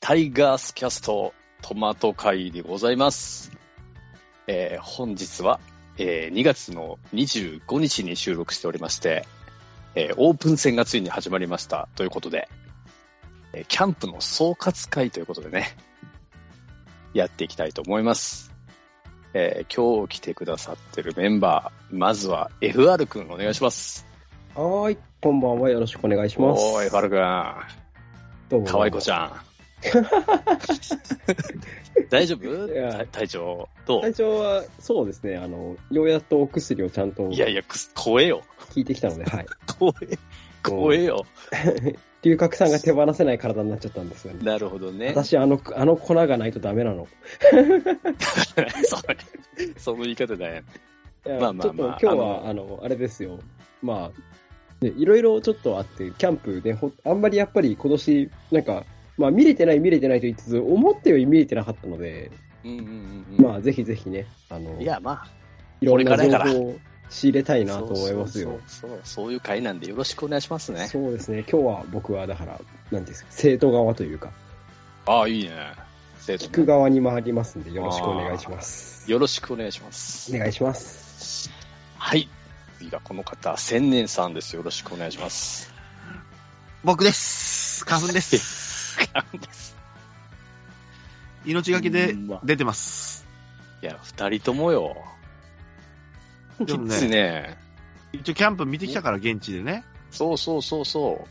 タイガースキャストトマト会でございます。えー本日は、えー2月の25日に収録しておりまして、えーオープン戦がついに始まりましたということで、えーキャンプの総括会ということでね、やっていきたいと思います。えー今日来てくださってるメンバー、まずは FR くんお願いします。はーい、こんばんは。よろしくお願いします。おー、FR くん。どうもかわいこち ゃん。大丈夫いや体体調。ど最う初は、そうですね、あの、ようやっとお薬をちゃんといやい聞や、くす怖えよ。いてきたので、はい。怖え。怖えよ。龍角さんが手放せない体になっちゃったんですよね。なるほどね。私、あの、あの粉がないとダメなの。 それその言い方だよ。いやまあまあまあちょっと今日あは、あの、あれですよ。まあ、ねいろいろちょっとあって、キャンプで、ほあんまりやっぱり今年、なんか、まあ見れてない見れてないと言いつつ、思ったより見れてなかったので、うんうんうんうん。まあぜひぜひね、あの、いや、まあ。いろんこなれ情からやから報を仕入れたいなと思いますよ。そうそうそう。そういう回なんでよろしくお願いしますね。そうですね、今日は僕はだから、なんですか、生徒側というか、ああ、いいね。生徒聞く側に回りますんで、よろしくお願いします。よろしくお願いします。お願いします。はい。次がこの方、千年さんです。よろしくお願いします。僕です。花粉です。命がけでうんま出てます。いや、二人ともよ。でもきついね、ね。一応キャンプ見てきたから現地でね、そうそうそうそ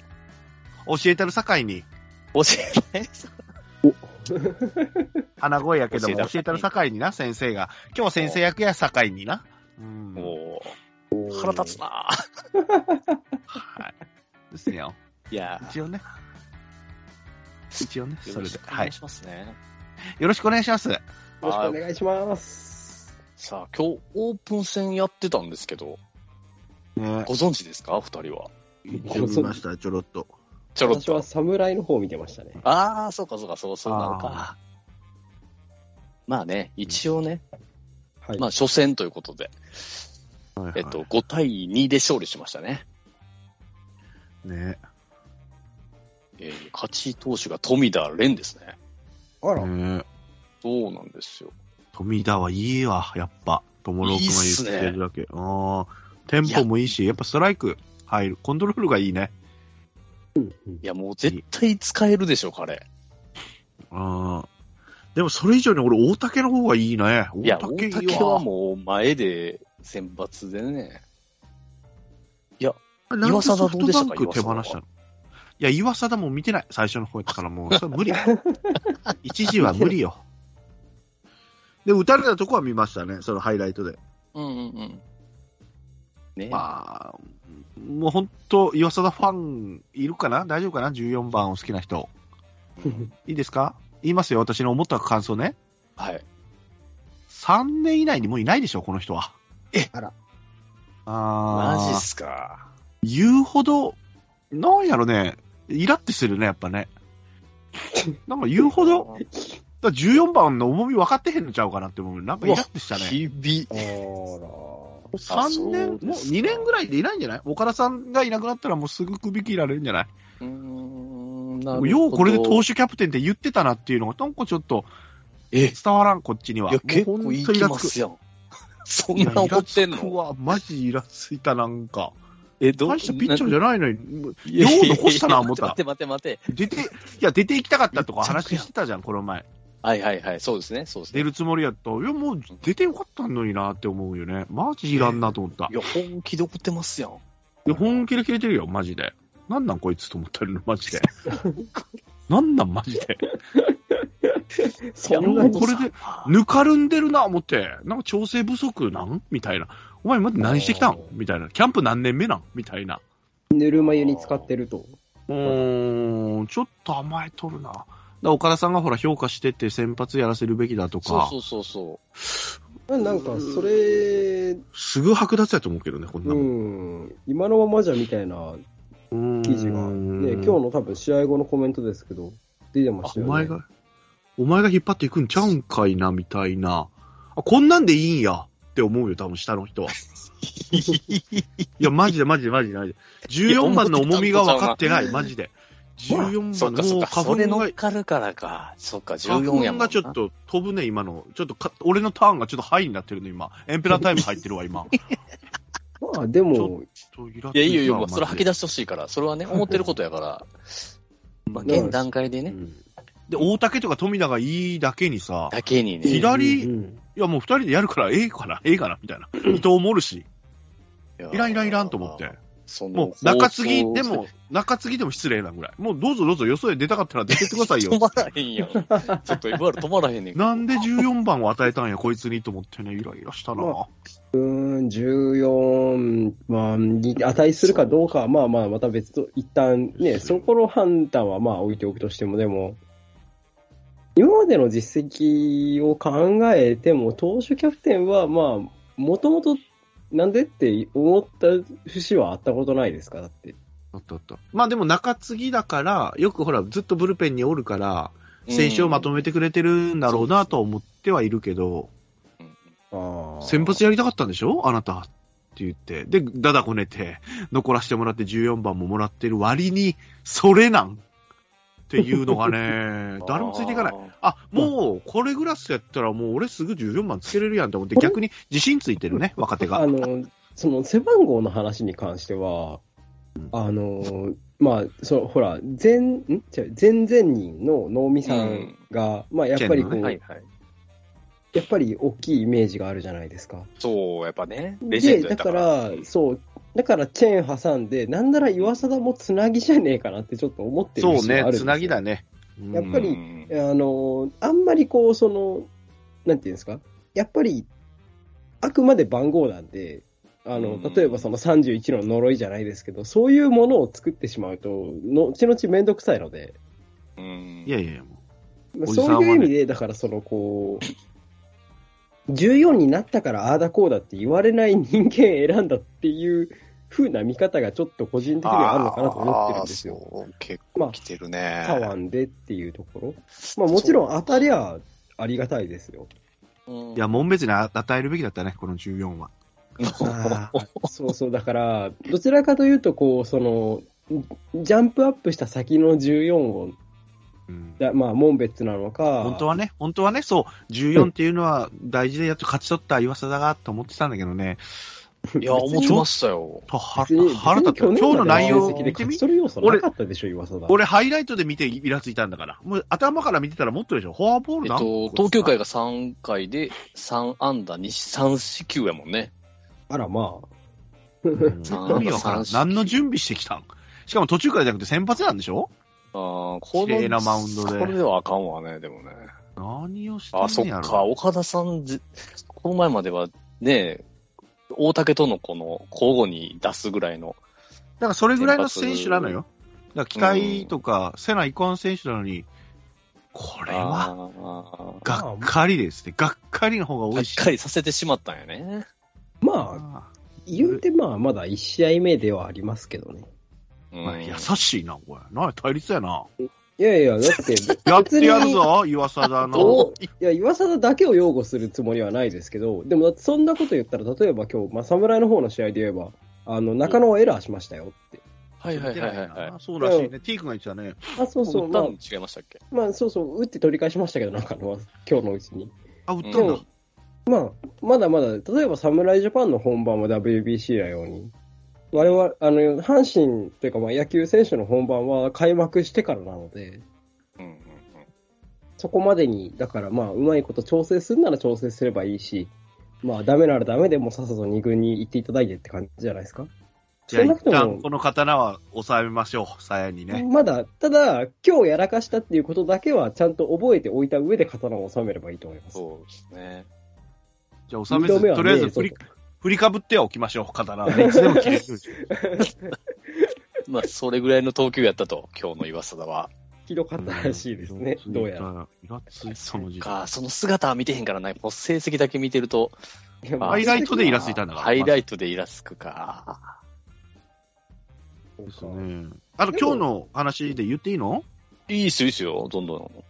う。教えたる境に、教えて。鼻声やけども教え教たえたるる境境にな、先生が。今日は先生役や境にな。うん。もう、腹立つな。はい。ですよ。いや、一応ね。一応ね、よそろれしで。くおは願いい。しますね。よろしくお願いします。よろしくお願いします。さあ、今日オープン戦やってたんですけど、ねご存知ですか二人は。一応見ました、ちょろっと。ちょろっ私と。は侍の方を見てましたね。ああ、そうかそうか、そう、そうなのあか。まあね、一応ね、はい。まあ初戦ということで、えっと、5対2で勝利しましたね。ね。えー勝ち投手が富田蓮ですね。あら、ねそうなんですよ。富田はいいわ、やっぱ。友郎君が言ってるだけ。ああ、テンポもいいし、やっぱストライク入る。コントロールがいいね。いや、もう絶対使えるでしょ、彼。ああ。でもそれ以上に俺、大竹の方がいいね。いや、大大竹いいわ。竹はもう前で選抜でね。う、なんでソ岩フ貞どうトでしバたンかク手放したのいや、岩佐も見てない。最初の方やったからもう、それ無理。 一時は無理よ。で、打たれたとこは見ましたね。そのハイライトで。うんうんうん。ね、まあ、もう本当岩佐ファンいるかな大丈夫かな ?14 番を好きな 人。いいですか言いますよ、私の思った感想ね。はい。 3年以内にもういないでしょ、この人は。えあら。あマジっーすか。言うほど、なんやろね、イラってするね、やっ ぱね。なんか言うほど、だから14番の重み分かってへんのちゃうかなって思う。なんかイラってしたね。日々。あら。あ3年、そうでもうすか2年ぐらいでいないんじゃない岡田さんがいなくなったらもうすぐ首切られるんじゃないうーん、なるほどもうようこれで投手キャプテンって言ってたなっていうのが、なんかちょっとえ、い伝わらん、こっちには。や、結もう構ほいんとイきラまつくすやん。そんいやな怒ってんイラつくのわ、マジイラついた、なんか。え、ど大したピッチャーじゃないのに、もういやいやいやよう残したな思った待て待て待て。出て、いや、出て行きたかったとか話してたじゃん、この前。はいはいはい、そうですね、そうですね。出るつもりやった。いや、もう出てよかったのになって思うよね。マジいらんなと思ったい。や、本気で怒ってますやん。いや、本気で切れてるよ、マジで。なんなんこいつと思ったの、マジで。なんなん、マジで。そんいなやもうにこれで、ぬかるんでるな、思って。なんか調整不足なんみたいな。お前、まだ何してきたんみたいな。キャンプ何年目なんみたいな。ぬるま湯に使ってると。うーん、ちょっと甘えとるな。だから岡田さんがほら評価してって先発やらせるべきだとそうか、そうそうそなんか、それ、すぐ剥奪やと思うけどね、こんなうもん。ん、今のままじゃみたいなうーん記事が、ね、今日の多分試合後のコメントですけど、出てまあしたおよね。前が、お前が引っ張っていくんちゃうんかいな、みたいな。あ、こんなんでいいんや、って思うよ、多分下の人 は。いや、マジでマジでマジでマジで。14番の重みが分かってない、マジで。 14そっか番そっもうか、そ花れ粉乗がっ、かるからか。そっか、花14や粉もんな。がちょっと飛ぶね、今の。ちょっとか、俺のターンがちょっとハイになってるね、今。エンペラータイム入ってるわ、今。ちまあでちも、ょっとイラついや、いいよいいよ、なもうそれマジ吐でき出してほしいから、それはね、思ってることやから、まあ、うん現段階でね、で、大竹とか富永いいだけにさ、だけにね、い左うんいやもう二人でやるからええかな、ええかな、みたいな。伊藤もおるし、やいらんいらんいらんと思って。。そのもう中継ぎ放送でも、中継ぎでも失礼なぐらい。もうどうぞどうぞよそへ出たかったら出てってくださ いよ止。まらへんやん。ちょっと MR 止まらへんねんけど、なんで14番を与えたんや、こいつにと思ってね、イライラしたな。まうん、14、まあ、に値するかどうかは、まあまあ、また別と、一旦ね、そこの判断はまあ置いておくとしても、でも、今までの実績を考えても、投手キャプテンは、まあ、もともと、なんでって思った節はあったことないですか、だって。あったあった。まあでも中継ぎだから、よくほら、ずっとブルペンにおるから、選手をまとめてくれてるんだろうなとは思ってはいるけど、あ先発やりたかったんでしょあなたって言って。で、だだこねて、 残らせてもらって14番ももらってる割に、それなんっていうのがね 誰もついていかない。い。あ、もう、これグラスやったらもう俺すぐ14番つけれるやんと思って、逆に自信ついて るね、若手あが。の、その背番号の話に関しては、あの、まあ、そほら、前、ん違う、前々人の能見さんが、まあ、やっぱりこう、チェンはいはい。やっぱり大きいイメージがあるじゃないですか。そう、やっぱね、レジェで、ンドやだったかから。ら、そう、だからチェーン挟んで、なんなら岩貞もつなぎじゃねえかなってちょっと思ってるそう節があねるん、ですよつなぎだね。やっぱりうんあの、あんまりこう、その、なんていうんですか、やっぱり、あくまで番号なんで、あうの、ん例えばその31の呪いじゃないですけど、そういうものを作ってしまうと、後々めんどくさいので、うんいやいやいや、もまあおじさんそはうねいう意味で、だからその、こう、14になったからああだこうだって言われない人間選んだっていう風な見方がちょっと個人的にはあるのかなと思ってるんですよ。あーそう結ま構あ来てるね。タワンでっていうところ。まあもちろん当たりゃありがたいですよ。うんういや、もん別に与えるべきだったね、この14は。あーそうそう、だから、どちらかというと、こう、その、ジャンプアップした先の14を、うんだまあ、門別なのか、本当はね、本当はね、そう、14っていうのは大事でやっと勝ち取った岩佐だがと思ってたんだけどね、いや、思ってましたよ。とは別に腹立った。今別に日去年の内容までの成績で見て勝ちみ取る要素なかったでしょ、岩佐だ。俺、ハイライトで見てイラついたんだから。もう頭から見てたらもっとでしょ。フォアボーえルっな、と、東京会が3回で3安打に3四球やもんね。あら、まあ、うん三意味わから ん三。何の準備してきたんしかも途中からじゃなくて先発なんでしょああ、こ綺麗なマウンドでこれではあかんわね、でもね。何をしてんねやろあ、そっか、岡田さんじ、この前まではね、大竹とのこの交互に出すぐらいの、だからそれぐらいの選手なのよ。だから機械とか、セナイコン選手なのに、これは、ああ、がっかりですね。がっかりの方がが多っいし。かりさせてしまったんやね。まあ、あ言うて、まあ、まだ1試合目ではありますけどね。うーんまあ優しいな、これ。な、対立やな。いやいや、だって、 やってやるぞ、岩佐だな。どういや、岩佐だけを擁護するつもりはないですけど、でもだってそんなこと言ったら、例えば今日、まあ、侍の方の試合で言えば、あの、中野はエラーしましたよって。はいはいはいはいはい。そうらしいね。T 君が言ってたね。あ、そうそ、そうう、ま多あ分、違いましたっけまあ、そうそう、打って取り返しましたけど、中野は、今日のうちに。あ、売ったんうだ。んまあ、まだまだ、例えば侍ジャパンの本番は WBC だように、我々、あの、阪神というか、まあ、野球選手の本番は開幕してからなので、うんうんうん。そこまでに、だからまあ、うまいこと調整するなら調整すればいいし、まあ、ダメならダメでもさっさと2軍に行っていただいてって感じじゃないですか。じゃあ少な一くとも旦この刀は収めましょう、鞘にね。まだ、ただ、今日やらかしたっていうことだけは、ちゃんと覚えておいた上で刀を収めればいいと思います。そうですね。じゃあ収めず、二度目はねとりあえず振りちょ振りかぶってはおきましょう、刀はね。いつでも切れる。まあ、それぐらいの投球やったと、今日の岩貞は。ひどかった らしいですね、どうやら。ら。イラついたその時代。か、その姿は見てへんからね、こう成績だけ見てると、いやハイライトでイラついたんだからハイライトでイラつくか。ですね。あと今日の話で言っていいのいいっすよ、いいっすよ、どんどん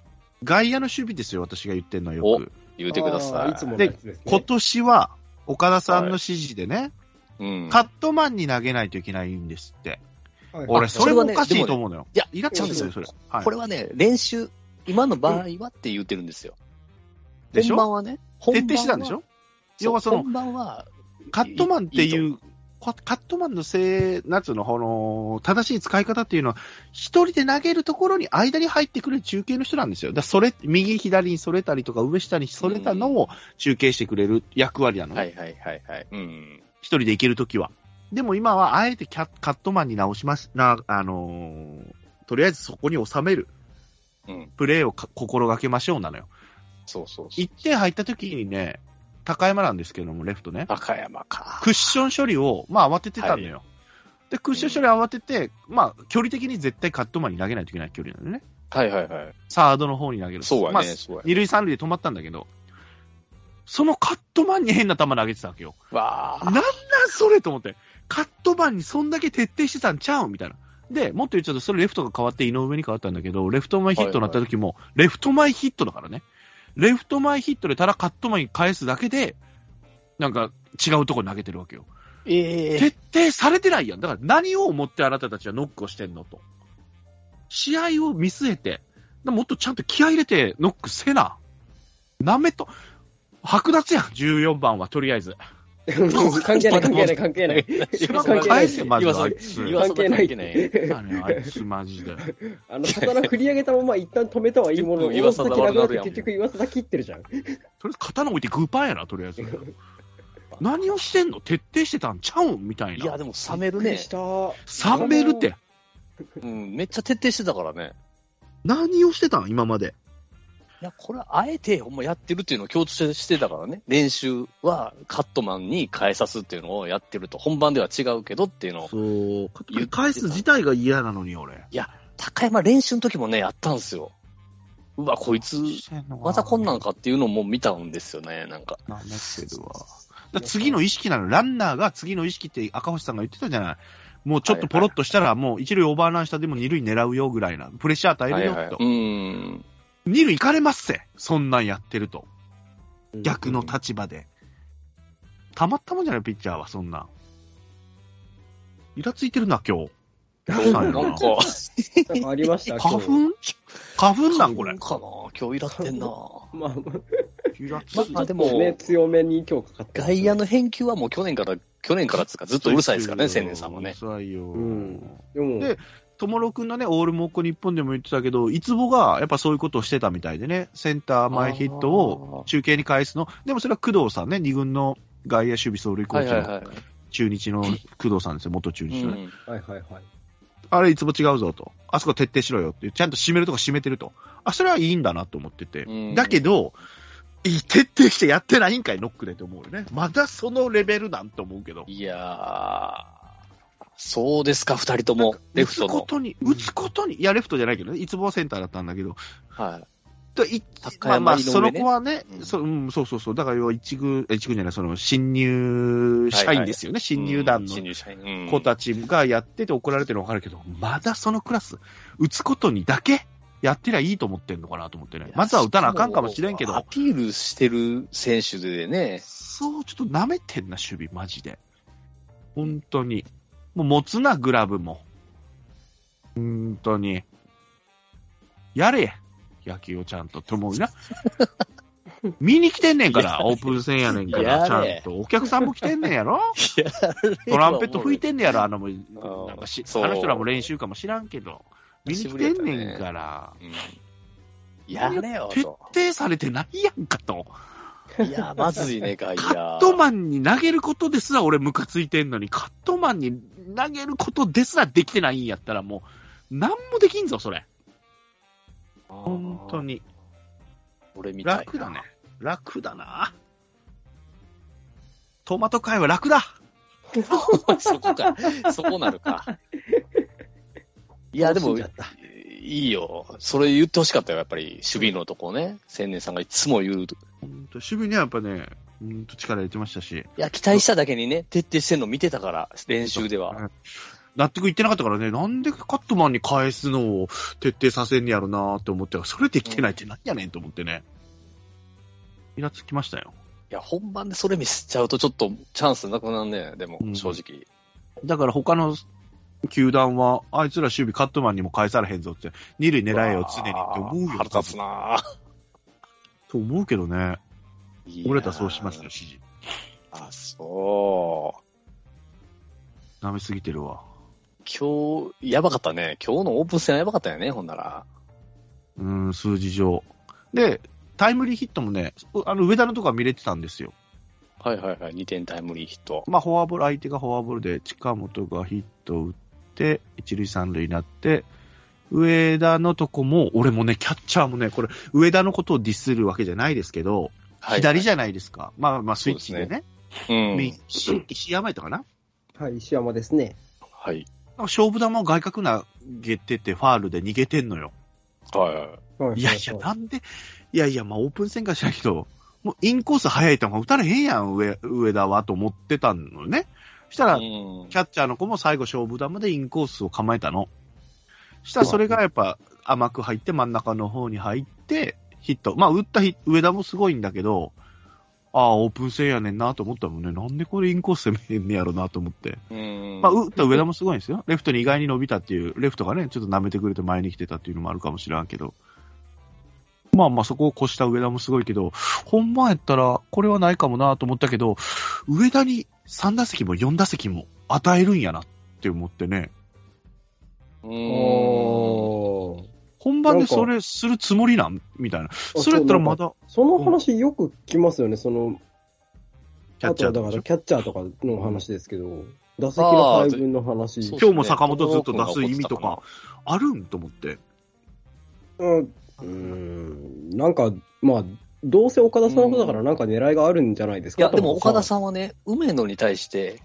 外野の守備ですよ、私が言ってんのはよく。言うてください。あーいつものやつですね。今年は、岡田さんの指示でね、うん。カットマンに投げないといけないんですって。あはい俺、あそれもおかしいと思うのよ。いや、イラっちゃうんですよ、それ。はいこれはね、練習、今の場合はって言ってるんですよ。でし本番ょはね、徹底してたんで本し番はょ要はそそうの、本番は、カットマンっていいという、カカットマンのせい、なんつうの、この、正しい使い方っていうのは、一人で投げるところに間に入ってくる中継の人なんですよ。だからそれ、右左にそれたりとか、上下にそれたのを中継してくれる役割なのね。はいはいはいはい。うん。一人で行けるときは。でも今は、あえてキャカットマンに直します、な、あのーとりあえずそこに収めるうん。プレーをか心がけましょうなのよ。そうそうそう。一点入ったときにね、高山なんですけども、レフトね。赤山か。クッション処理を、まあ、慌ててたんだよ。で、クッション処理慌てて、まあ、距離的に絶対カットマンに投げないといけない距離なんでね。はいはいはい。サードの方に投げる。そうはまあね、、そうはね。二塁三塁で止まったんだけど、そのカットマンに変な球投げてたわけよ。わなんなんそれと思って。カットマンにそんだけ徹底してたんちゃうんみたいな。で、もっと言っちゃうと、それレフトが変わって井上に変わったんだけど、レフト前ヒットになった時も、レフト前ヒットだからね。レフト前ヒットでただカットマンに返すだけで、なんか違うとこ投げてるわけよ。ええ。徹底されてないやん。だから何を思ってあなたたちはノックをしてんのと。試合を見据えて、もっとちゃんと気合入れてノックせな。なめと、剥奪やん、14番はとりあえず。 関係ない、関 係ない、関係ない。今関係ない返せ、まず今そあれいつ。言わせば関係ない。あのあいつマジで。あの、刀振り上げたまま一旦止めたはいいものの、結構岩佐だだけなくな悪なってるやん結局岩佐だ切ってるじゃん。とりあえず刀置いてグーパーやな、とりあえず。何をしてんの徹底してたんちゃうんみたいいや、なで。も冷めるびっくりねし。た。サンベルって。うん、めっちゃ徹底してたからね。何をしてたん今まで。いや、これはあえて、ほんまやってるっていうのを強調してたからね。練習はカットマンに変えさすっていうのをやってると。本番では違うけどっていうのを。そう。返す自体が嫌なのに、俺。高山練習の時もね、やったんですよ。うわ、こいつ、またこんなんかっていうのも見たんですよね、なんか。なめてるわ。だから次の意識なの。ランナーが次の意識って赤星さんが言ってたじゃない。もうちょっとポロッとしたら、もう一塁オーバーランしたでも二塁狙うよぐらいな。プレッシャー与えるよはいはい、うと。ーん。二塁行かれますせ。そんなんやってると。逆の立場で。たまったもんじゃない、ピッチャーは、そんなん。イラついてるな、今日。どうなんやろなんなか、なんかありました花粉花粉なん、これ。かな今日イラってんな。まあ、まあイラつまいあでね、も、強めに今日かかってます外野の返球はもう去年から、去年からっつうかずっとうるさいですからね、てる千よ年さんもうねる。さいよ。うんでも、でともろくんのね、オールモッコ日本でも言ってたけど、いつぼがやっぱそういうことをしてたみたいでね、センター前ヒットを中継に返すの、でもそれは工藤さんね、二軍の外野守備走塁コはーいチはいのは中日の工藤さんですよ、元中い。日うのね。んはいはいはい。あれいつも違うぞと。あそこ徹底しろよって。ちゃんと締めるとこ締めてると。あ、それはいいんだなと思っててう。んだけど、いい徹底してやってないんかい、ノックでって思うよね。まだそのレベルなんて思うけど。いやー、そうですか、二人とも、レフト打つこの。とに、打つことに、いや、レフトじゃないけどね。いつもはセンターだったんだけど、はい。とい高まあ山井上ねまあ、その子はね、うんそうん、そうそうそう、だから要は一軍、え一軍じゃない、その新入社員ですよね、新入う団んの新入社員。うん子たちがやってて怒られてるの分かるけど、まだそのクラス、打つことにだけやってりゃいいと思ってんのかなと思ってね、まずは打たなあかんかもしれんけアど、ピールしてる選手でね、そう、ちょっと舐めてんな、守備、マジで。本当に。もう持つな、グラブも。本当に。やれ野球をちゃんとと思う な。見に来てんねんから、オープン戦やねんかやら、れちゃんと。お客さんも来てん ねん やろトランペット吹いてんねやろあの、なんかしそうあの人らも練習かも知らんけど。見に来てんねんから。うんやれよ徹と。底されてないやんかと。いや、まずいね、外野。カットマンに投げることですら俺ムカついてんのに、カットマンに投げることですらできてないんやったらもう、なんもできんぞ、それ。本当に。俺みたいな。楽だね。楽だな。トマト界は楽だ。 そこか。そこなるか。いや、でも、楽いしんじゃったいよ。それ言ってほしかったよ、やっぱり。守備のとこね。千年さんがいつも言う。い本当守備にはやっぱね、本当力入れてましたし、や、期待しただけにね、徹底してんの見てたから、練習では。納得いってなかったからね、なんでカットマンに返すのを徹底させんねやろなって思ってたから、それできてないってなんやねんと思ってね。イラつきましたよ。いや、本番でそれ見せちゃうと、ちょっとチャンスなくなんね、でもう、ん正直。だから他の球団は、あいつら守備カットマンにも返されへんぞって、二塁狙えよ常にって思うよ。わー腹立つなと思うけどね。ぁ俺らそうしますよ、指示。あ、そう。舐めすぎてるわ。今日、やばかったね。今日のオープン戦はやばかったよね、ほんなら。うん、数字上。で、タイムリーヒットもね、あの、上田のとこは見れてたんですよ。はいはいはい、2点タイムリーヒット。まあ、フォアボール、相手がフォアボールで、近本がヒットを打って、一塁三塁になって、上田のとこも、俺もね、キャッチャーもね、これ、上田のことをディスるわけじゃないですけど、はい、左じゃないですか。まあまあ、スイッチでそうね。うん。右石石山とかな。はい、石山ですね。はい。勝負球を外角投げてて、ファールで逃げてんのよ。はいはい。はいやいや、なんで、いやいや、まあ、オープン戦かしらんけど、もうインコース速い球打たれへんやん、上上田はと思ってたのよね。したら、うんキャッチャーの子も最後勝負球でインコースを構えたの。したらそれがやっぱ甘く入って真ん中の方に入ってヒット。まあ打ったヒ上田もすごいんだけど、ああ、オープン戦やねんなと思ったもんね。なんでこれインコース攻めへんねやろなと思って。うんまあ打った上田もすごいんですよ。レフトに意外に伸びたっていう、レフトがね、ちょっと舐めてくれて前に来てたっていうのもあるかもしれんけど。まあまあそこを越した上田もすごいけど、本番やったらこれはないかもなと思ったけど、上田に3打席も4打席も与えるんやなって思ってね。うおん。ー本番でそれするつもりなんみたいな。それやったらまだその話よく聞きますよね、その、キャッあチとャはだかーとからでしょキャッチャーとかの話ですけど、打席の配分の話。そう今日も坂本ずっと出す意味そとうねかあるんと思って。うんうーん、なんか、まあ、どうせ岡田さんのことだからなんか狙いがあるんじゃないですいか。や、でも岡田ん。さんはね、梅野に対して、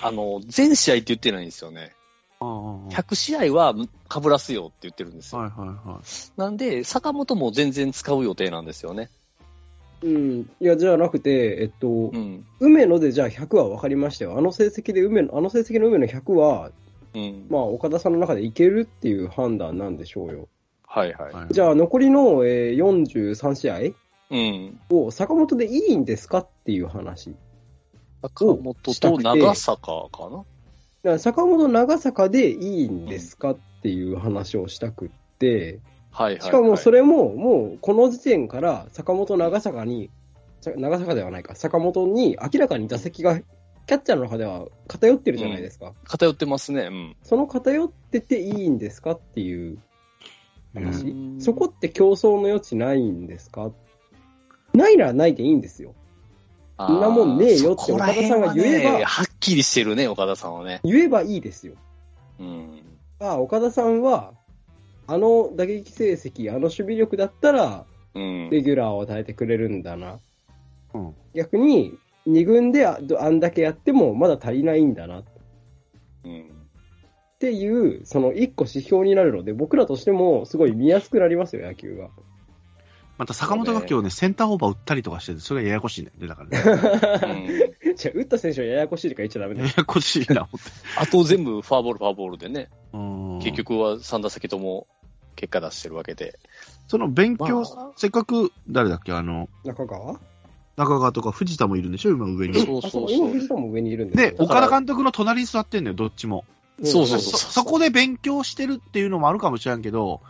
あの、全試合って言ってないんですよね。はい100試合は被らすよって言ってるんですよ。はいは。なんで、坂本も全然使う予定なんですよね。うん。いや、じゃなくて、えっと、うん。梅野でじゃあ100は分かりましたよ。あの成績で梅野、あの成績の梅野100は、うん。まあ、岡田さんの中でいけるっていう判断なんでしょうよ。はいはい。はいいじゃあ、残りの、えー43試合うん。を坂本でいいんですかっていう話。坂本と長坂かなだから坂本長坂でいいんですかっていう話をしたくって、はいはい、はい。しかもそれも、もうこの時点から坂本長坂に、さ長坂ではないか、坂本に明らかに打席が、キャッチャーの中では偏ってるじゃないですか。偏ってますね。うん。その偏ってていいんですかっていううん話う。んそこって競争の余地ないんですかないならないでいいんですよ。あーんなもんねえよってそこら辺はね岡田さんが言えばはっきりしてるね、岡田さんはね。言えばいいですよ。うん。ああ、岡田さんは、あの打撃成績、あの守備力だったら、うん。レギュラーを与えてくれるんだな。うん逆に、2軍でああんだけやってもまだ足りないんだなっうん。ていう、その1個指標になるので、僕らとしてもすごい見やすくなりますよ、野球が。また坂本が今日ね、センターオーバー打ったりとかしてて、それがややこしいね。でだから ね、 うん じゃあ、打った選手はややこしいとか言っちゃダメだやよ。やこしいな、思ってあと全部ファーボール、ファーボールでね、うん結局は3打席とも結果出してるわけで。その勉強、ませっかく、誰だっけ、あの、中川中川とか藤田もいるんでしょ、今上に。そうあそうう今、そう。藤田も上にいるんですで、よ。岡田監督の隣に座ってんのよ、どっちも。そうそうそそこで勉強してるっていうのもあるかもしれん けど、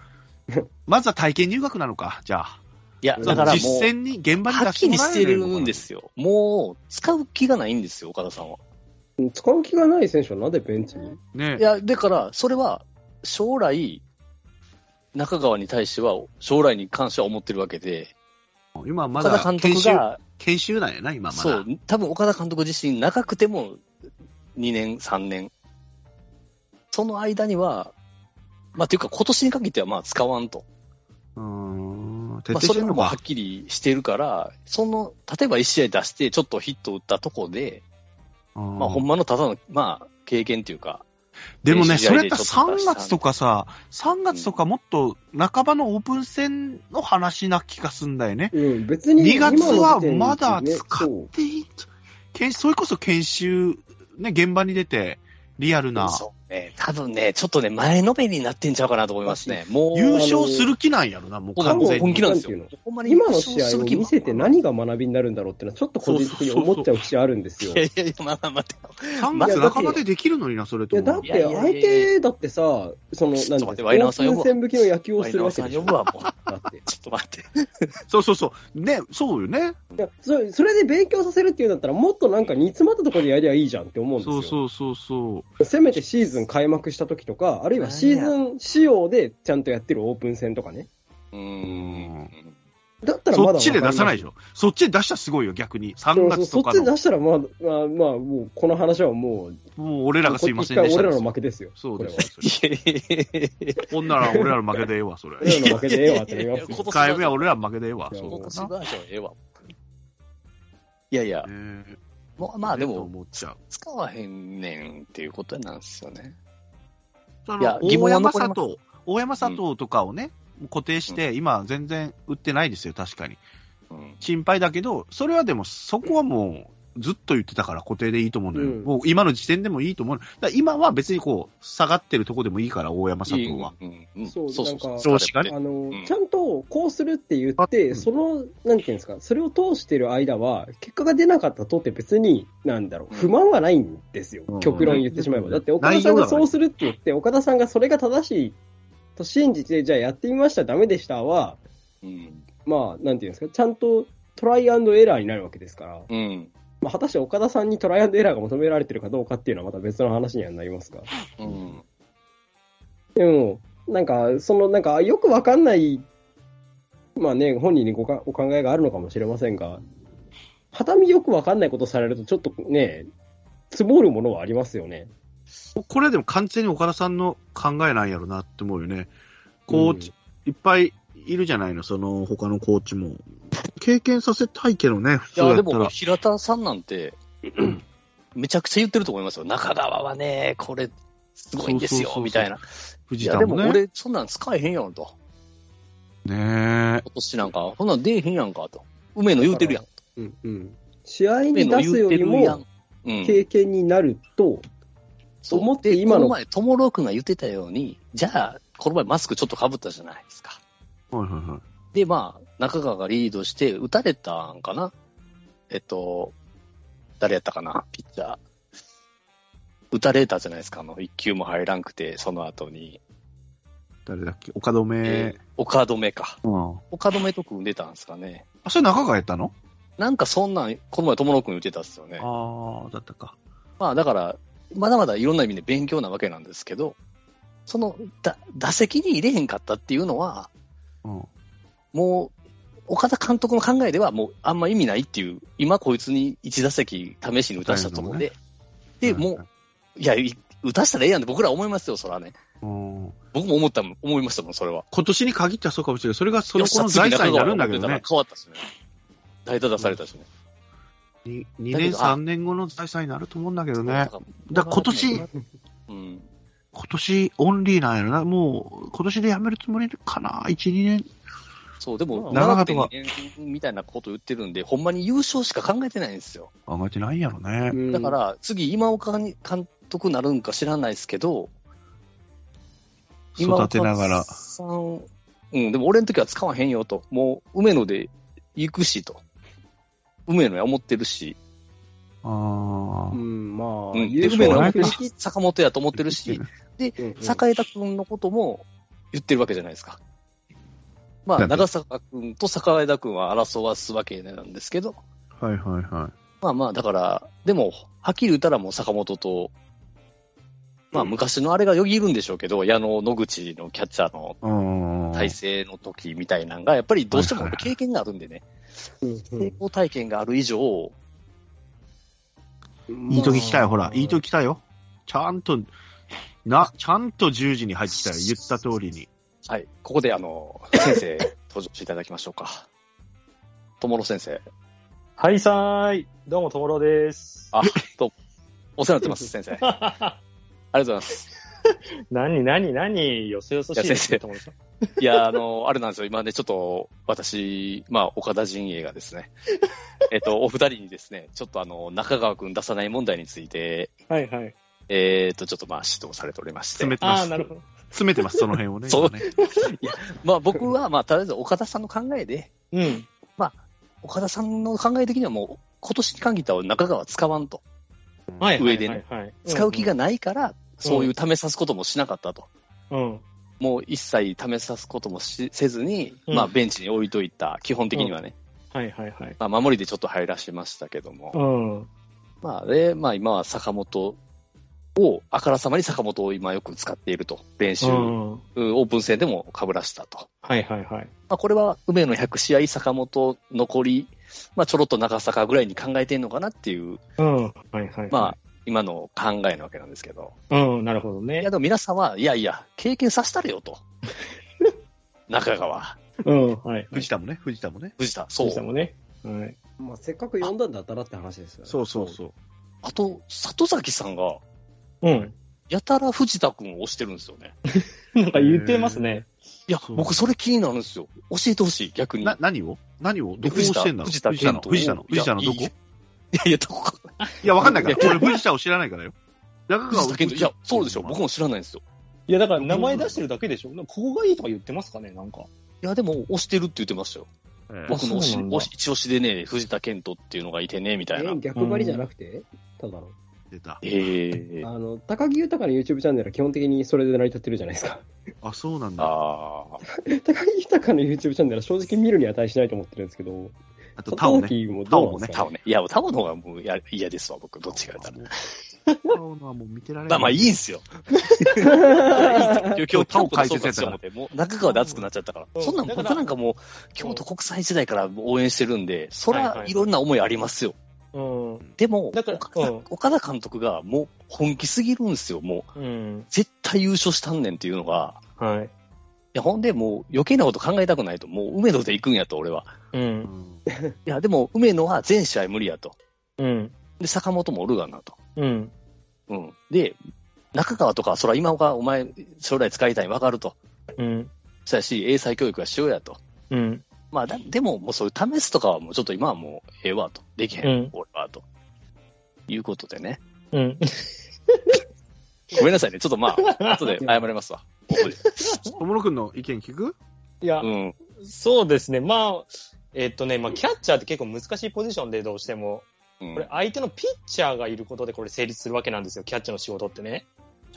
まずは体験入学なのか、じゃあ。いや、そうだからも実う、践に現場には出っきりもしらてえないるのかなんですよ。もう、使う気がないんですよ、岡田さんは。うん使う気がない選手はなんでベンチにねい。や、だから、それは、将来、中川に対しては、将来に関しては思ってるわけで、今ま岡だ田監研督修、が、研修なんやな、今まだ。そう、多分岡田監督自身、長くても2年、3年。その間には、まあ、というか、今年に限っては、まあ、使わんと。うーん。徹まあ、底そしれてんものはかっ。きりしてるから、その、例えば1試合出して、ちょっとヒット打ったとこで、ままあ、ほんまのただの、まあ、経験っていうか、でもね、練習試合それやでったらちょっと出3した月とかさ、3月とかもっと半ばのオープン戦の話な気がすんだよね。うん、別に2今の月は時点でねまだ使っそうていいと。研それこそ研修、ね、現場に出て、リアルなそね、多分ね、ちょっとね、前のめりになってんちゃうかなと思いますね。もう、優勝する気なんやろな、もう完全本に気。なんですなよんて。ほんまに優今の勝試す合をる気見せて何が学びになるんだろうってのは、ちょっと個人的に思っちゃう節あるんですよ。いやいやいや、まあまあ、待って3月半ばでできるのにな、それいとや、だもっ。て相手だってさ、その、なんちょっと待ってワイナオーさん呼ぶわ戦向きの野球をワイすナーるわけさんでし呼ょ。ぶわ、もう。だって。いちょっと待って。そうそうそう。ね、そうよね。やそ、それで勉強させるっていうんだったら、もっとなんか煮詰まったところでやりゃいいじゃんって思うんですよ。そうそうそうそう。せめてシーズン開幕した時とか、あるいはシーズン仕様でちゃんとやってるオープン戦とかね。うーん。だったらまだそっちで出さないでししょ。そっちで出したらすごいよ、逆に。そうそ3う月とそっかちでの。出したらまあ、まあ、まあ、もうこの話はもう、もう俺らがすいませんこでれし一た回俺ですらの負けですよ。そうこでれはす。それほんなら俺らの負けでええわ、それ。俺らの負けでええわってなりいやいやますよいや1回目は俺らの負けでええわ、そう今年かバージョンええわ。いやいやな。、ねもうまあでええとも、思っちゃう。使わへんねんっていうことなんですよね。そいやの、疑大問は山残り佐ます藤、大山佐藤とかをね、固定して、今全然売ってないですよ、確かに。うん。心配だけど、それはでも、そこはもう、ずっと言ってたから固定でいいと思うのよ。うんもう今の時点でもいいと思う。だから今は別にこう、下がってるとこでもいいから、大山佐藤は。うんうんそうそうそうそなう。んか調子がねあの、んちゃんとこうするって言っうて、んその、なんていうんですか、それを通してる間は、結果が出なかったとって別に、なんだろう、不満はないんですようん。極論言ってしまえうば。んだって、岡田さん内容だがからそうするって言って、岡田さんがそれが正しいと信じて、じゃあやってみました、ダメでしたは、うん。まあ、なんていうんですか、ちゃんとトライアンドエラーになるわけですから、うん。まあ、果たして岡田さんにトライアンドエラーが求められてるかどうかっていうのはまた別の話にはなりますが。うん。でも、なんか、その、なんか、よくわかんない、まあね、本人にごかお考えがあるのかもしれませんが、はたみよくわかんないことされると、ちょっとね、積もるものはありますよね。これでも完全に岡田さんの考えなんやろなって思うよね。コーチ、いっぱいいるじゃないの、その他のコーチも。経験させたいけどね、普い通や、だでったも、ら。平田さんなん て、めちゃくちゃ言ってると思いますよ。中川はね、これ、すごいんですそうそうそうよそ、うみたいな。い藤や、田でももね。俺、そんなん使えへんやんと。ねえ。今年なんか、そんなん出えへんやんかと。梅野言うてるやん。うんうん。試合梅に野出言すうよてりるやもん。、うん。経験になると、そう思ってで今のこの前、ともろうくんが言ってたように、じゃあ、この前マスクちょっと被ったじゃないですか。はいはいはい。で、まあ、中川がリードして、打たれたんかなえっと、誰やったかなピッチャー。打たれたじゃないですか。あの、一球も入らんくて、その後に。誰だっけ岡留、えー岡留か。うん。岡留と組んでたんですかね。あ、それ中川やったのなんかそんなん、この前、友野くん言ってたっすよね。ああ、だったか。まあだから、まだまだいろんな意味で勉強なわけなんですけど、そのだ打席に入れへんかったっていうのは、うん。もう岡田監督の考えでは、もうあんま意味ないっていう、今こいつに1打席試しに打たしたと思うんで、で、もう、いや、い打たしたらええやんって僕ら思いますよ、それはね。うん、うん。僕も思ったもん、思いましたもん、それは。今年に限ってはそうかもしれない。それがその子のよっしゃ財次産にな中る川んがだ打けってどたらね。変わったっすね。代打出されたしね。 2年、3年後の財産になると思うんだけどね。だかから今年、、うん。今年オンリーなんやろな。もう、今年でやめるつもりかな。1、2年。そう、でも、長長畑はくみたいなこと言ってるんで、ほんまに優勝しか考えてないんですよ。考えてないんやろね。うんだか、ら、次、今岡に監督なるんか知らないですけど、今育てながら岡。さん、うん、でも俺の時は使わへんよと。もう、梅野で行くしと。梅野や思ってるし、ああう。ん、まあ、うん、で言う梅野や思もってるなし、坂本やと思ってるし、うんうん栄田君のことも言ってるわけじゃないですか。まなあ、んで長坂君と栄田君は争わすわけなんですけど、はいはいはまあまあ、だから、でも、はっきり言ったらもう坂本と、まあ昔のあれがよぎるんでしょうけど、矢野、野口のキャッチャーのい。うん。体制の時みたいなのが、やっぱりどうしてもはいはい経験があるんでね、うんうん成功体験がある以上、いい時来たよ、ほら。いい時来たよ。ちゃんと、な、ちゃんと10時に入ってきたよ。言った通りに。はい、ここであの、先生、登場していただきましょうか。友野先生、はい、さーい。どうも、ともろです。あ、と、お世話に なってます、先生。ありがとうございます。何、何、何、よそよそしいですね、ともろさん。いや、あの、あれなんですよ。今ね、ちょっと、私、まあ、岡田陣営がですね、えっと、お二人にですね、ちょっとあの、中川くん出さない問題について、はい、はい。えっ、と、ちょっとまあ指導されておりまして詰。めてまああ、す。なるほど。詰めてます、その辺をね。そう今ねまあ僕は、まあとりあえず岡田さんの考えで、うん。岡田さんの考え的にはもう、今年に限ったは中川使わんと。はいはいはい、はい。上でね使う気がないから、そういう試さすこともしなかったと。うん。うん。もう一切試さすこともしせずに、うんまあベンチに置いといた、基本的にはね、はいはいはい。まあ守りでちょっと入らしましたけども、うん。まあで、まあ今は坂本を、あからさまに坂本を今よく使っていると、練習、うん。オープン戦でも被らしたと。はいはいはい。まあこれは梅野100試合、坂本残り、まあちょろっと中坂ぐらいに考えてんのかなっていう、うん。はいはいはい。まあ今の考えなわけなんですけど、あ。うん、なるほどいねや。でも皆さんは、いやいや、経験させたれ よと。中川、うん、はい。藤田もね、藤田もね。藤田、そそううし。もね。はい。まあ、せっかく呼んだんだったらって話ですよね。そうそうそう。あと、里崎さんが、うん。やたら藤田君を推してるんですよね。なんか言ってますね。いや、そう僕それ気になるんですよ。教えてほしい、逆に。な、何を何をどこを藤田してんだ藤田藤田の、健藤田の、斗藤田のいやどこいいいやいや、どこか。いや、わかんないから。俺、藤田を知らないからよ。中川藤田健斗いや、そうでしょ。僕も知らないんですよ。いや、だから名前出してるだけでしょ。なんかここがいいとか言ってますかね、なんか。いや、でも、推してるって言ってましたよ。ええ僕の推し、そうなんだ推し一押しでね、藤田健斗っていうのがいてね、みたいなえ。逆張りじゃなくて、ただの。出た。ええあの、高木豊の YouTube チャンネルは基本的にそれで成り立ってるじゃないですか。あ、そうなんだ。ああ。 高木豊の YouTube チャンネルは正直見るに値しないと思ってるんですけど、あと、タオね。里崎もどうなんですタかオね。いや、タオの方がもうや嫌ですわ、僕。どっちか言ったら。 タオのはもう見てられまなあい。まあ、いいんすよ。今日、タオ解説やったから。もう、中川で熱くなっちゃったから。そんなん僕なんかもう、京都国際時代から応援してるんで、そはいらはいいろんな思いありますよ。うん。でも、だから岡田うん岡田監督がもう本気すぎるんですよ。もう、うん。絶対優勝したんねんっていうのが。はい。いや、ほんでもう余計なこと考えたくないと。もう梅野で行くんやと、俺は。う。うんん。いや、でも梅野は全試合無理やと。うん。で、坂本もおるがなと。うん。うん。で、中川とか、そら今岡、お前、将来使いたい、わかると。うん。そやし、英才教育はしようやと。うん。まあ、だでも、もうそういう試すとかはもうちょっと今はもうええわと。できへん、うん俺はと。いうことでね。うん。ごめんなさいね。ちょっとまあ、後で謝れますわ。ここで小室くんの意見聞く いやう、ん。そうですね。まあ、えっとね、まあ、キャッチャーって結構難しいポジションでどうしても、うん、これは相手のピッチャーがいることでこれ成立するわけなんですよ、キャッチャーの仕事ってね。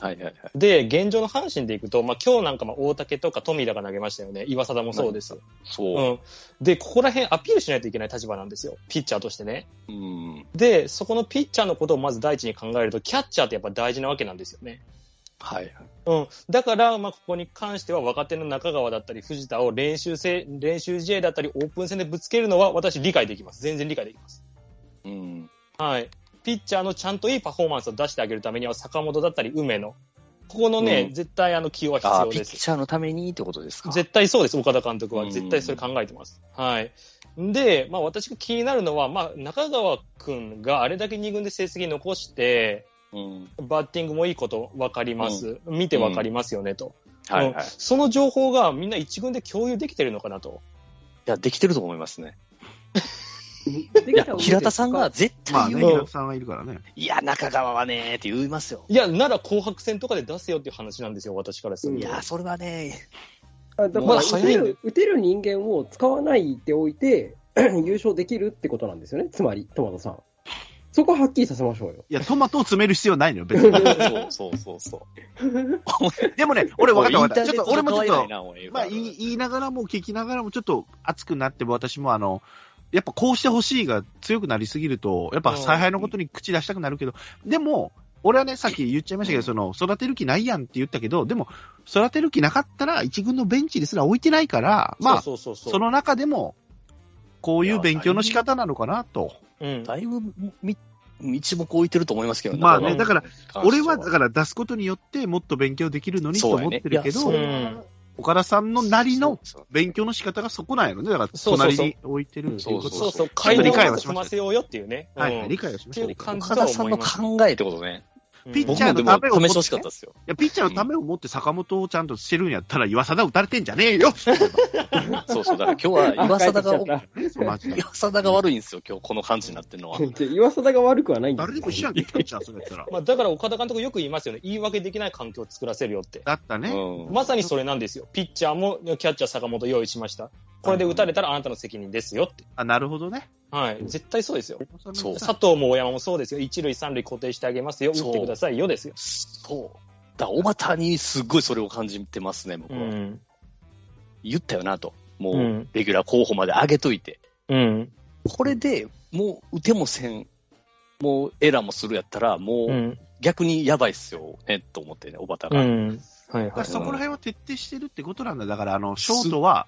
いはいはい。で、現状の阪神でいくと、まあ、今日なんかまあ大竹とか富田が投げましたよね。岩貞もそうです。うそん。で、ここら辺アピールしないといけない立場なんですよ。ピッチャーとしてね。う。うん。で、そこのピッチャーのことをまず第一に考えると、キャッチャーってやっぱ大事なわけなんですよね。はいはい。うん。だから、まあ、ここに関しては若手の中川だったり、藤田を練習せ、練習試合だったり、オープン戦でぶつけるのは私理解できます。全然理解できます。うん。はい。ピッチャーのちゃんといいパフォーマンスを出してあげるためには、坂本だったり、梅野。ここのね、うん絶対あの起用は必ああ、要ピでッす。チャーのためにってことですか。絶対そうです、岡田監督うは。ん絶対それ考えてます。はい。で、まあ私が気になるのは、まあ中川くんがあれだけ2軍で成績残して、うん。バッティングもいいこと分かります。見て分かりますよね、と。はいはい。いその情報がみんな1軍で共有できてるのかなと。や、できてると思いますね。いやできた方、がいいですか平田さんが、絶まあ対ね、言う、平田さんはいるからね。いや、中川はねーって言いますよ。いや、なら紅白戦とかで出せよっていう話なんですよ、私からするいと。や、それはねあだかまらだ打早ていんでる、打てる人間を使わないでおいて、優勝できるってことなんですよね。つまり、トマトさん。そこははっきりさせましょうよ。いや、トマトを詰める必要ないのよ、別に。そうそうそうそう。でもね、俺分かった分かイった。ンターちネッょトっと、俺もちょっの可愛いと、な俺まあ、言い言いながらも、聞きながらも、ちょっと熱くなって、私もあの、やっぱこうしてほしいが強くなりすぎると、やっぱ采配のことに口出したくなるけど、でも、俺はね、さっき言っちゃいましたけど、その、育てる気ないやんって言ったけど、でも、育てる気なかったら、一軍のベンチですら置いてないから、まあ、そうそうそうそう。その中でも、こういう勉強の仕方なのかなと。うん、だいぶみ一目置いてると思いますけどまあね、うんだから、ら俺はだから出すことによってもっと勉強できるのにと思ってるけそど、うやねいやそう岡田さんのなりのそう勉強の仕方がそこなんやろね。だから、そうそうそう隣に置いてるっていうこと。そうそう、ちょっと会理話解をはしました済ませようよっていうね。はい、うん理解はしましってたい理う解。感じ岡とは田さ思んのいます。考えってことね。ピッ僕チャーものでたもめを持試っしててほしかったですよ。いや、ピッチャーのためを持って坂本をちゃんとしてるんやったら、岩貞打たれてんじゃねえよそうそう。だから今日は岩貞が、 あ帰マジで。岩貞が悪いんですよ、今日この感じになってる のは。ってきちゃった岩貞が悪くはないんだ。誰でも知らんけど、ピッチャーそれやったら。まあ、だから岡田監督よく言いますよね。言い訳できない環境を作らせるよって。だったね。うん。まさにそれなんですよ。ピッチャーもキャッチャー坂本用意しました。これで打たれたらあなたの責任ですよって。あ、なるほどね。はい。絶対そうですよ。そう佐藤も大山もそうですよ。一塁三塁固定してあげますよ。そう打ってくださいよですよ。そう。だから、小畑にすっごいそれを感じてますね、僕うは。ん。言ったよなと。もう、うんレギュラー候補まで上げといて。うん。これでもう打てもせん、もうエラーもするやったら、もう。うん逆にやばいっすよね、と思ってね、小畑うが。ん。はいだかはらい。そこら辺は徹底してるってことなんだ。だから、あの、ショートは、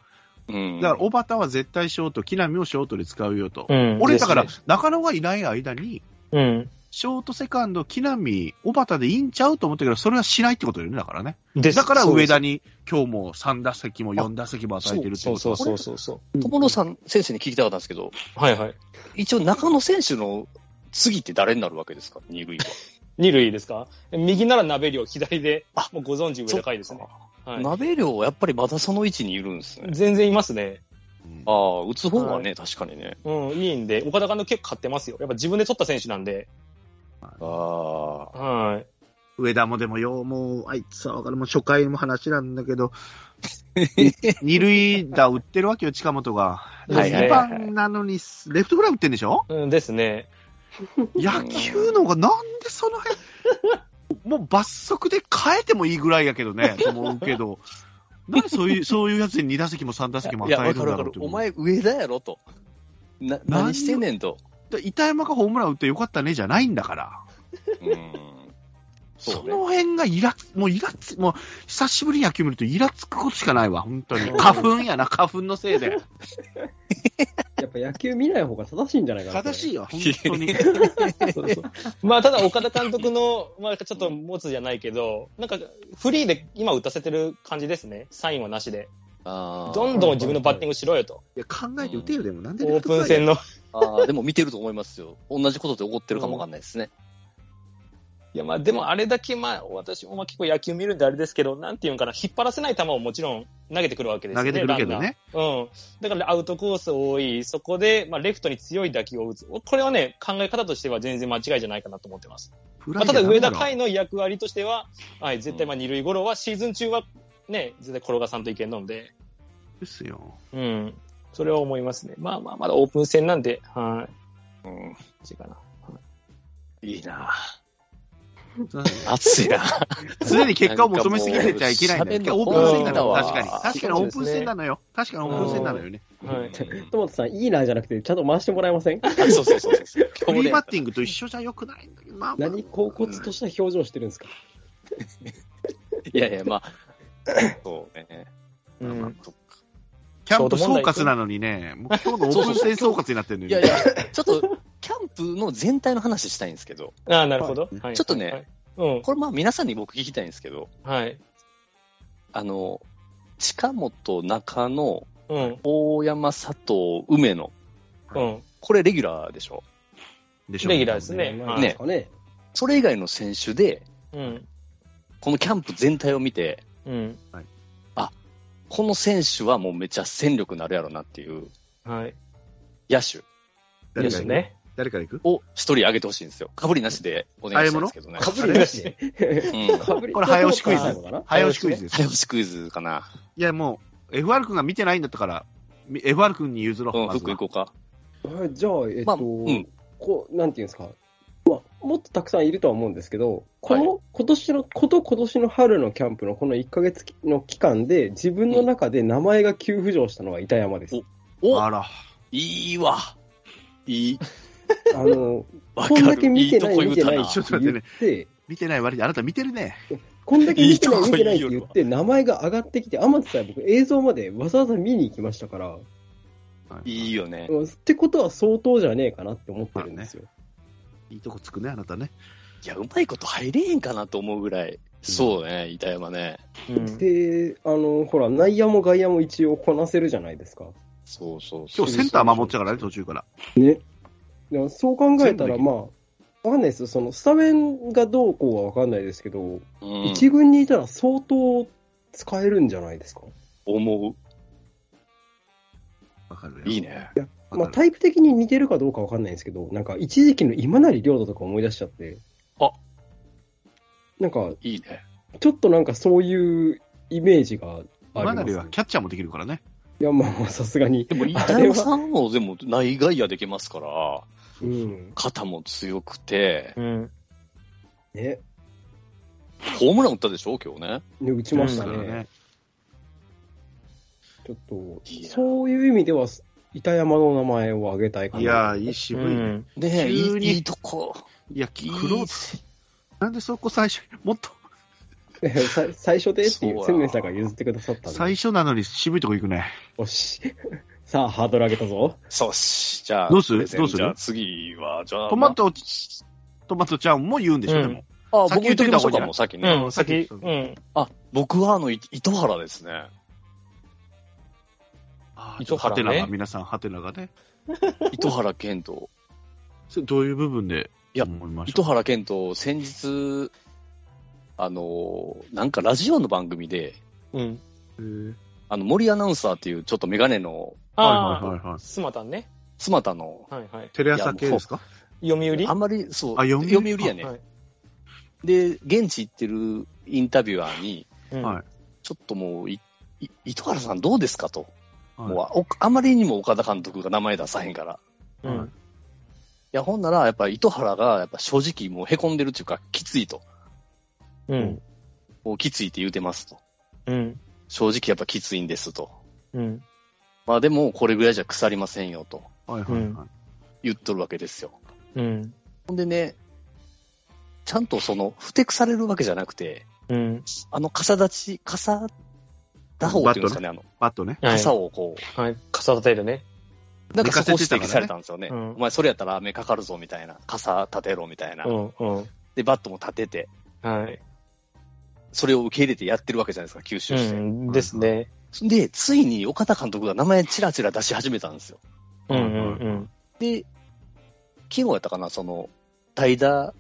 うん。だから、小畑は絶対ショート、木浪をショートで使うよと。うん。俺、だからですね、中野がいない間に、うん。ショート、セカンド、木浪、小畑でいいんちゃうと思ったけど、それはしないってことよね、だからね。ですだからそうで上す田に今日も3打席も4打席も与えてるってそことうそうそうこそうそう。友野さん選手に聞きたかったんですけど、はいはい。一応中野選手の次って誰になるわけですか二塁は。二塁ですか右なら鍋量、左で、もうご存知上田海ですね。はい。鍋量はやっぱりまだその位置にいるんですね。全然いますね。れうんああ、打つ方はね、確かにね。うん、いいんで、岡田監督結構買ってますよ。やっぱ自分で取った選手なんで。ああ。は上田もでもよう、もう、あいつはわかる、もう初回も話なんだけど、 二塁打打ってるわけよ、近本が。い。はいはい2はい番なのに、レフトフライ打ってんでしょうんですね。野球のがなんでその辺、 もう罰則で変えてもいいぐらいやけ どね、と思うけど、なんでそういう、そういうやつに2打席も3打席もい与や、わえるかんるだわかろるうっ。てお思う。前上田やろと。な、何を何してんねん と。板山がホームラン打ってよかったねじゃないんだから。うん。そそうね。の辺がイラつ、もうイラつ、もう久しぶりに野球見るとイラつくことしかないわ、本当に。花粉やな、花粉のせいで。やっぱ野球見ない方が正しいんじゃないかな。正しい よ、本当に。い。そうそうまあ、ただ岡田監督の、 まあ、ちょっと持つじゃないけど、なんか、フリーで今打たせてる感じですね。サインはなしで。ああどんどん自分のバッティングしろよと。いや考えて打てよ、でも、なんでオープン戦の。ああ、でも見てると思いますよ。同じことで怒ってるかもわかんないですね。いや、まあ、でもあれだけ、まあ、私もまあ結構野球見るんであれですけど、なんていうんかな、引っ張らせない球をもちろん投げてくるわけですよ投ね。げてくるけどランナーね。うん。だからアウトコース多い、そこで、まあ、レフトに強い打球を打つ。これはね、考え方としては全然間違いじゃないかなと思ってます。フラまあ、イたヤーだ、な上田んろ海の役割としては、はい、絶対まあ二塁ゴロはシーズン中はね、絶対転がさんといけんので、ですよ。うん。それは思いますね。まあまあ、まだオープン戦なんで、はい。うん。こっちかな。いいな熱いな 常に結果を求めすぎてちゃいけないんだなよ。んかもうオープン戦なのよ、喋な確かんに。わ確かにオープン戦なのよ。確かにオープン戦なのよね。はい。 トマトさん、いいなじゃなくて、ちゃんと回してもらえませんあ そうそうそうそう。フリーバッ今ティングと一緒じゃよくないんだけど、まあまあ何、高骨とした表情してるんですか日ねいやいや、 まあ、そうね。うまあん。そっかキャンプ総括なのにね、もう今日のオープン戦総括になってるのいよやねい。や、ちょっと、キャンプの全体の話したいんですけど、ああ、なるほど。はいちょっとね。はいこれまあ皆さんに僕聞きたいんですけど、うん。はい。あの、近本、中野、うん。大山、佐藤、梅野。うん。これレギュラーでしょでレギュラーですね。なはんいですかね。それ以外の選手で、うん。このキャンプ全体を見て、うん。この選手はもうめちゃ戦力になるやろなっていうはい。野手誰でから行すくね。誰から行くを一人上げてほしいんですよ。かぶりなしでお願いしたいんですけどね。かぶりなしね。うん。かぶり これ早押しクイズなのかな早押しクイズです。早押しクイズかな。いや、もう、FR 君が見てないんだったから、み FR 君に譲ろうう。ん、まず福は行こうか。はいじゃあ、えっまあと、うんこう、なんていうんですか。まあ、もっとたくさんいるとは思うんですけど、この、今年の、こと今年の春のキャンプのこの1ヶ月の期間で、自分の中で名前が急浮上したのが板山です。おあら。いいわ。いい。あの、わこんかだける。見いていなとい、こ見言うてたないなっ。 ちょっとて待っ言てって、見てない割に、あなた見てるね。こんだけ見てないいいと見こてないって言う言わって、名前が上がってきて、天津さん僕映像までわざわざ見に行きましたから、いいよね。うんってことは相当じゃねえかなって思ってるんですよ。いいとこつくね、あなたね。いや、うまいこと入れへんかなと思うぐらい。そうね、板山ね。うんで、あの、ほら、内野も外野も一応こなせるじゃないですか。そうそうそ今う。日センター守っちゃうからね、途中から。だからそう考えたら、全部できるまあ、わかんないですよ。その、スタメンがどうこうはわかんないですけど、うん一軍にいたら相当使えるんじゃないですか。思う。わかるよいい。ね。わかるまあ、タイプ的に似てるかどうかわかんないんですけど、なんか一時期の今成亮太とか思い出しちゃって。あなんか、いいね。ちょっとなんかそういうイメージがあります、今なりはキャッチャーもできるからね。いや、まあまあ、さすがにで。も、板山さんもでも内外野できますから、うん。肩も強くて、うん。ね。ホームラン打ったでしょ、今日ね。ね打ちましだたかね。らね。ちょっと、いいなそういう意味では、板山の名前を挙げたいかな。いやー、いい渋いね。ねえ、い急にいいいとこ。いや、いいクローズ、なんでそこ最初、もっと さ最初でっていそうう、だ千年さんが譲ってくださったんで。最初なのに渋いとこ行くね。よし。 さあ、ハードル上げたぞ。そうっし。じゃあ、どうするプレゼンどうするじゃあ次は、じゃあ、トマト、トマトちゃんも言うんでしょ、うでんも。まあ、あ先僕言言っっとといきたま方しょがいういんか、じゃないもう先ね。うん、先、うん。あ、僕はあの、い糸原ですね。あ糸ハ原ねテナが、皆さんハテナがね。糸原健 斗。それどういう部分でいや思いました糸原健斗、先日、あの、なんかラジオの番組で、うん。えーあの、森アナウンサーっていう、ちょっとメガネの、はいはあいあ、はいはい。スマタンね。妻田の、はいはい。テレ朝系ですか読売あんまり、そう、あ読売読売やね。はい。で、現地行ってるインタビュアーに、うんはいちょっともうい、い糸原さんどうですかと。はいもうあおあまりにも岡田監督が名前出さへんから。いうんはいや、ほんなら、やっぱ糸原が、やっぱ正直もう凹んでるっていうか、きついと。うん。もうきついって言うてますと。うん。正直やっぱきついんですと。うん。まあでも、これぐらいじゃ腐りませんよとはいはいはい。言っとるわけですよ。うん。ほんでね、ちゃんとその、ふてくされるわけじゃなくて、うん。あの、傘立ち、傘打法っていうんですかね、あの、バットね。はい傘をこう、はい。傘立てるね。なんかそこを寝か指せてたからね摘されたんですよね。うんお前それやったら雨かかるぞみたいな。傘立てろみたいな。うん。うん。で、バットも立てて、はい。それを受け入れてやってるわけじゃないですか、吸う収して。ん。ですね。で、ついに岡田監督が名前チラチラ出し始めたんですよ。うんうんで、昨日やったかな、その、代打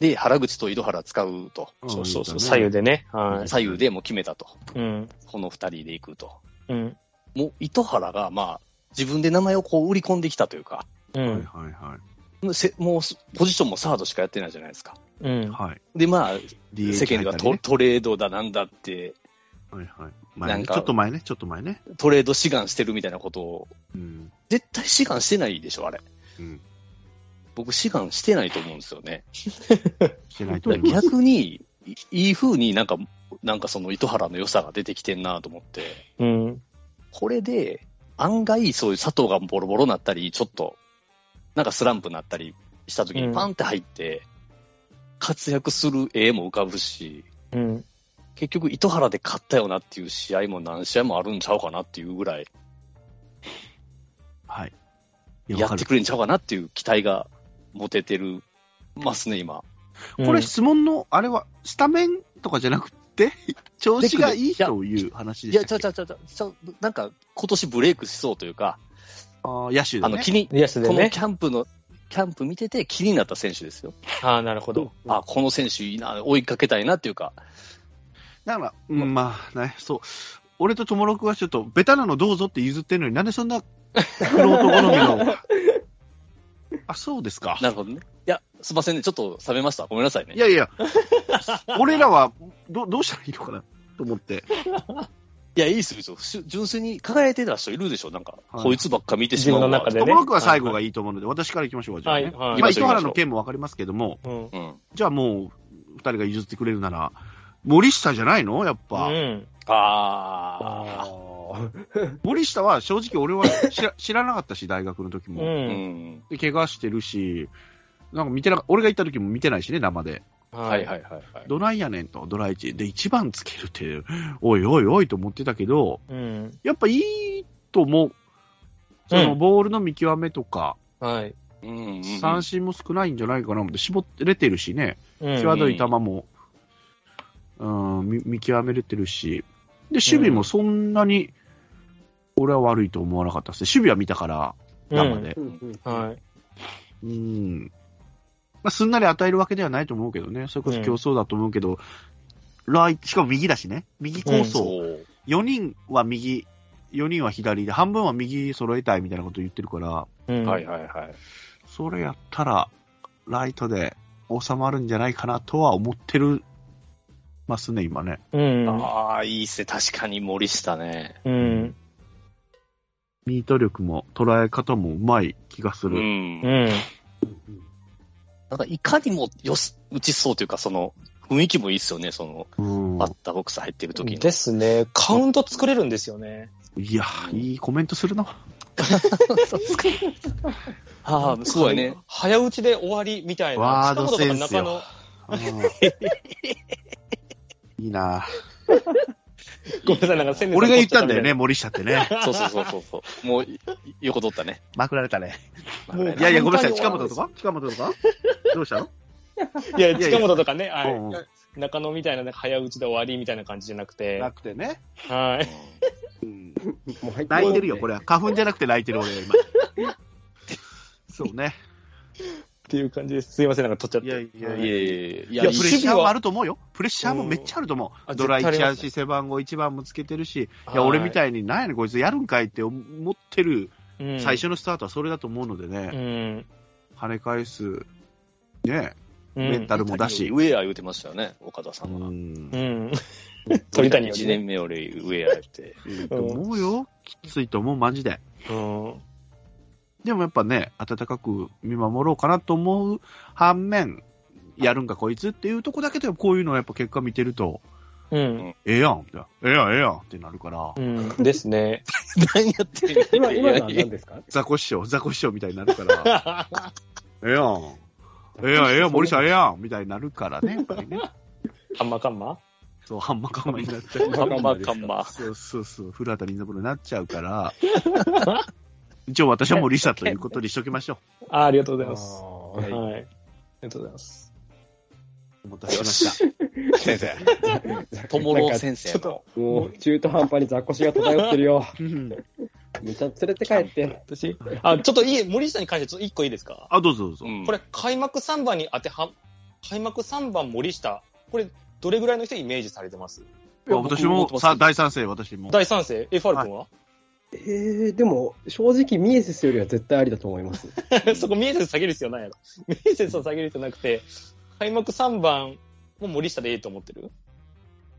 で原口と井戸原使うと。うん。そうそうそう。ん左右。でね。は左右でもう決めたと。い。うん。この二人で行くと。うん。もう糸原が、まあ、自分で名前をこう売り込んできたというか、うはいん。はいはせもうすポジションもサードしかやってないじゃないですか。うんい。。はい。で、まあ、 DH 世間ではト,、入ったトレードだなんだって、りねはいはい。前なねんちかょっと前ね、ちょっと前ね。トレード志願してるみたいなことを、うん。絶対志願してないでしょ、あれ。うん。僕、志願してないと思うんですよね。してないとだ思かいらます。逆に、いいい風になんか、なんかその糸原の良さが出てきてんなと思って、うん。これで、案外、そういう佐藤がボロボロなったり、ちょっと、なんかスランプなったりした時うにんパンって入って、活躍する絵も浮かぶし、うん。結局糸原で勝ったよなっていう試合も何試合もあるんちゃうかなっていうぐらい、はい。いや、やわかってる。くれんちゃうかなっていう期待が持ててるますね、今。これ質問の、あれは、スタメンとかじゃなくて、調子がいい人を言う話いでや、しちたゃっうちけゃうちゃうちゃうちゃう、なんか今年ブレイクしそうというか、ああ、野手であねの、気に、イエスでこのねキ。ャンプの、キャンプ見てて気になった選手ですよ。ああ、なるほど。あ、この選手いいな、追いかけたいなっていうか、だから、うん、まあね、そう。俺と友六はちょっと、ベタなのどうぞって譲ってんのに、なんでそんな、クロート好みの。あ、そうですか。なるほどね。いや、すいませんね、ちょっと冷めました。ごめんなさいね。いやいや、俺らは、ど、どうしたらいいのかなと思って。いや、いいですよ。しゅ純粋に輝いてた人いるでしょなんか、はいこいつばっか見てし自ま分うのわ中でね友。六は最後がいいと思うので、私から行きましょうか、じゃあ、ね。はいはいまあ、行きましょう糸原の件もわかりますけども、うん。うん。じゃあもう、二人が譲ってくれるなら、森下じゃないのやっぱ。うん。あ森下は正直俺は知ら 知らなかったし、大学の時う。。も。ー。うんん。で怪我してるし、なんか見てなか俺が行った時も見てないしね、生で。はいはいいはいはい。どないやねんと、ドラ1。で、1番つけるって、おいおいおいと思ってたけど、うん。やっぱいいと思う。そのボールの見極めとか、はい。うんうんうん三振も少ないんじゃないかなって、絞れてるしね、うん。際どい球も、うん、見見極めれてるし、で、守備もそんなに、俺は悪いと思わなかったですね。守備は見たから、生で。うんうんはい。うん。まあ、すんなり与えるわけではないと思うけどね。それこそ競争だと思うけど、ライしかも右だしね。右構想。そう。 4人は右、4人は左で、半分は右揃えたいみたいなこと言ってるから、うんはいはいはい。それやったら、ライトで収まるんじゃないかなとは思ってるますね、今ね。うん。ああ、いいっすね。確かに森下ね。うん。ミート力も捉え方もうまい気がすうる。ん。うん。なんかいかにもよし、打ちそうというか、その、雰囲気もいいっすよね。その、うんバッターボックス入ってる時 の。ですね。カウント作れるんですよね。いやー、いいコメントするな。ああ、そうやね。。早打ちで終わりみたいな。ワー近ド本とセかンス中野よ。。 いいなごめんなさい、なんか千年さん俺が言ったんだよね、。森下って ね。そうそうそうそうそう。もう、い横取ったね。まくられたね。もういやいや、ごめんなさい、近本とか近本とかどうしたのいや、近本とかね、はうんうい。中野みたいな、なんか早打ちで終わりみたいな感じじゃなくて。なくてね。はい。う んもう入っ泣いてるよ、もこうれは。花粉じゃなくて泣いてる、俺は今。そうね。っていう感じです。すいません、なんか取っちゃって。いやいいやいややいや、いいいや、いやププレレッッッシシャーシャーャーもあると思うよ。プレッシャーもめっちゃあると思う。あドラ絶1対あやりますし、ね背番号1番もつけてるし、はいいや、俺みたいに、なんやねん、こいつやるんかいって思ってるうん最初のスタートはそれだと思うのでうね、ん。跳ね返す、ね、うメンん。タルもだしウ、ェア言うてましたよね、岡田さうんが。んう、 ん。鳥谷より1ね。年目よりウェアって。いいと思うよ。きついと思う、マジで。うん。でもやっぱね、温かく見守ろうかなと思う反面、やるんかこいつっていうとこだけで、こういうのをやっぱ結果見てると、うん。ええやん、みたいな。ええやん、ええやんってなるからう、ん。で すね。何やってる今、今のはやい何いやですかザコ師匠、ザコ師匠みたいになる から、ええやん、ええやん、ええやん、森下ええやんみたいになるからね、やっぱりね。カンマカンマそう、ハンマカンマになっちゃう。カンマカンマ。そうそうそう、古畑任三郎になっちゃ うから、一応私は森下ということにしときましょあーありがとうございます。 あはいーはい。ありがとうございます。 う。お待たせしました。先生。友郎先生の。もう中途半端に雑魚シが漂ってるよ。うんめっちゃ連れて帰って。私、あ、ちょっといい、森下に関してちょっと一個いいですかあ、どうぞどうぞ。うんこれ、開幕3番に当ては、開幕3番森下。これ、どれぐらいの人イメージされてますいや私僕持っもて、ますさ大賛成、私も。第3世 ?FR 君は、えー、でも、正直、ミエセスよりは絶対ありだと思い ます。そこ名接下げる必要ないやろ。名接を下げる必要なくて、開幕3番も森下でいいと思ってる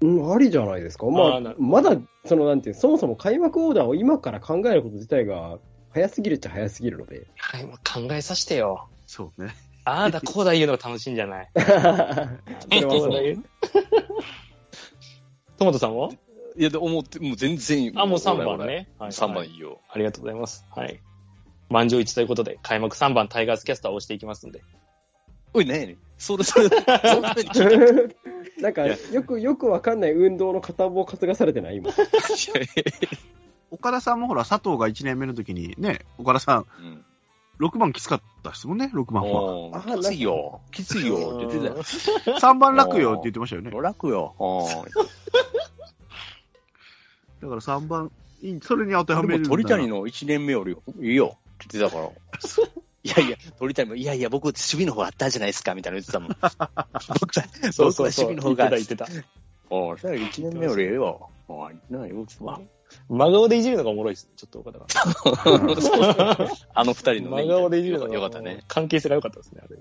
うん、ありじゃないですか。まあーあなる、まだ、その、なんていう、そもそも開幕オーダーを今から考えること自体が、早すぎるっちゃ早すぎるの で。はい、もう考えさせてよ。そうね。ああだこうだ言うのが楽しいんじゃ ないそれはそそうだう。け トマトさんはいや、で、思って、もう全然いいあ、もう3番。ね。はい3は番いいいよ。ありがとうございます。はい。満場一致ということで、開幕3番タイガースキャスターを押していきますんで。おい、何やねん。それ、それ、そのために 聞い なんか、よく、よくわかんない運動の片棒担がされてない今。たいや岡田さんもほら、佐藤が1年目の時に、ね、岡田さん、うん。 6番きつかったですもんね、6番は。おあなんーきかついよ。きついよって言ってたよ。 3番楽よって言ってましたよね。だか楽よ。おーら3番、いいそれに当てはめでるもなら。鳥谷の1年目よりいいよって言ってたから。 いやいや、鳥谷も、いやいや、僕、守備の方があったじゃないですか、みたいなの言ってたもん。 僕は、そうそうそ僕は守備う。の方が。言ってた、言ってた。おー1年目よりええよ。おーなに僕は真顔でいじるのがおもろいですね、ちょっと岡田が。そうあの二人のね。 真顔でいじるのよが。かったね。。関係性が良かったですね、あれ。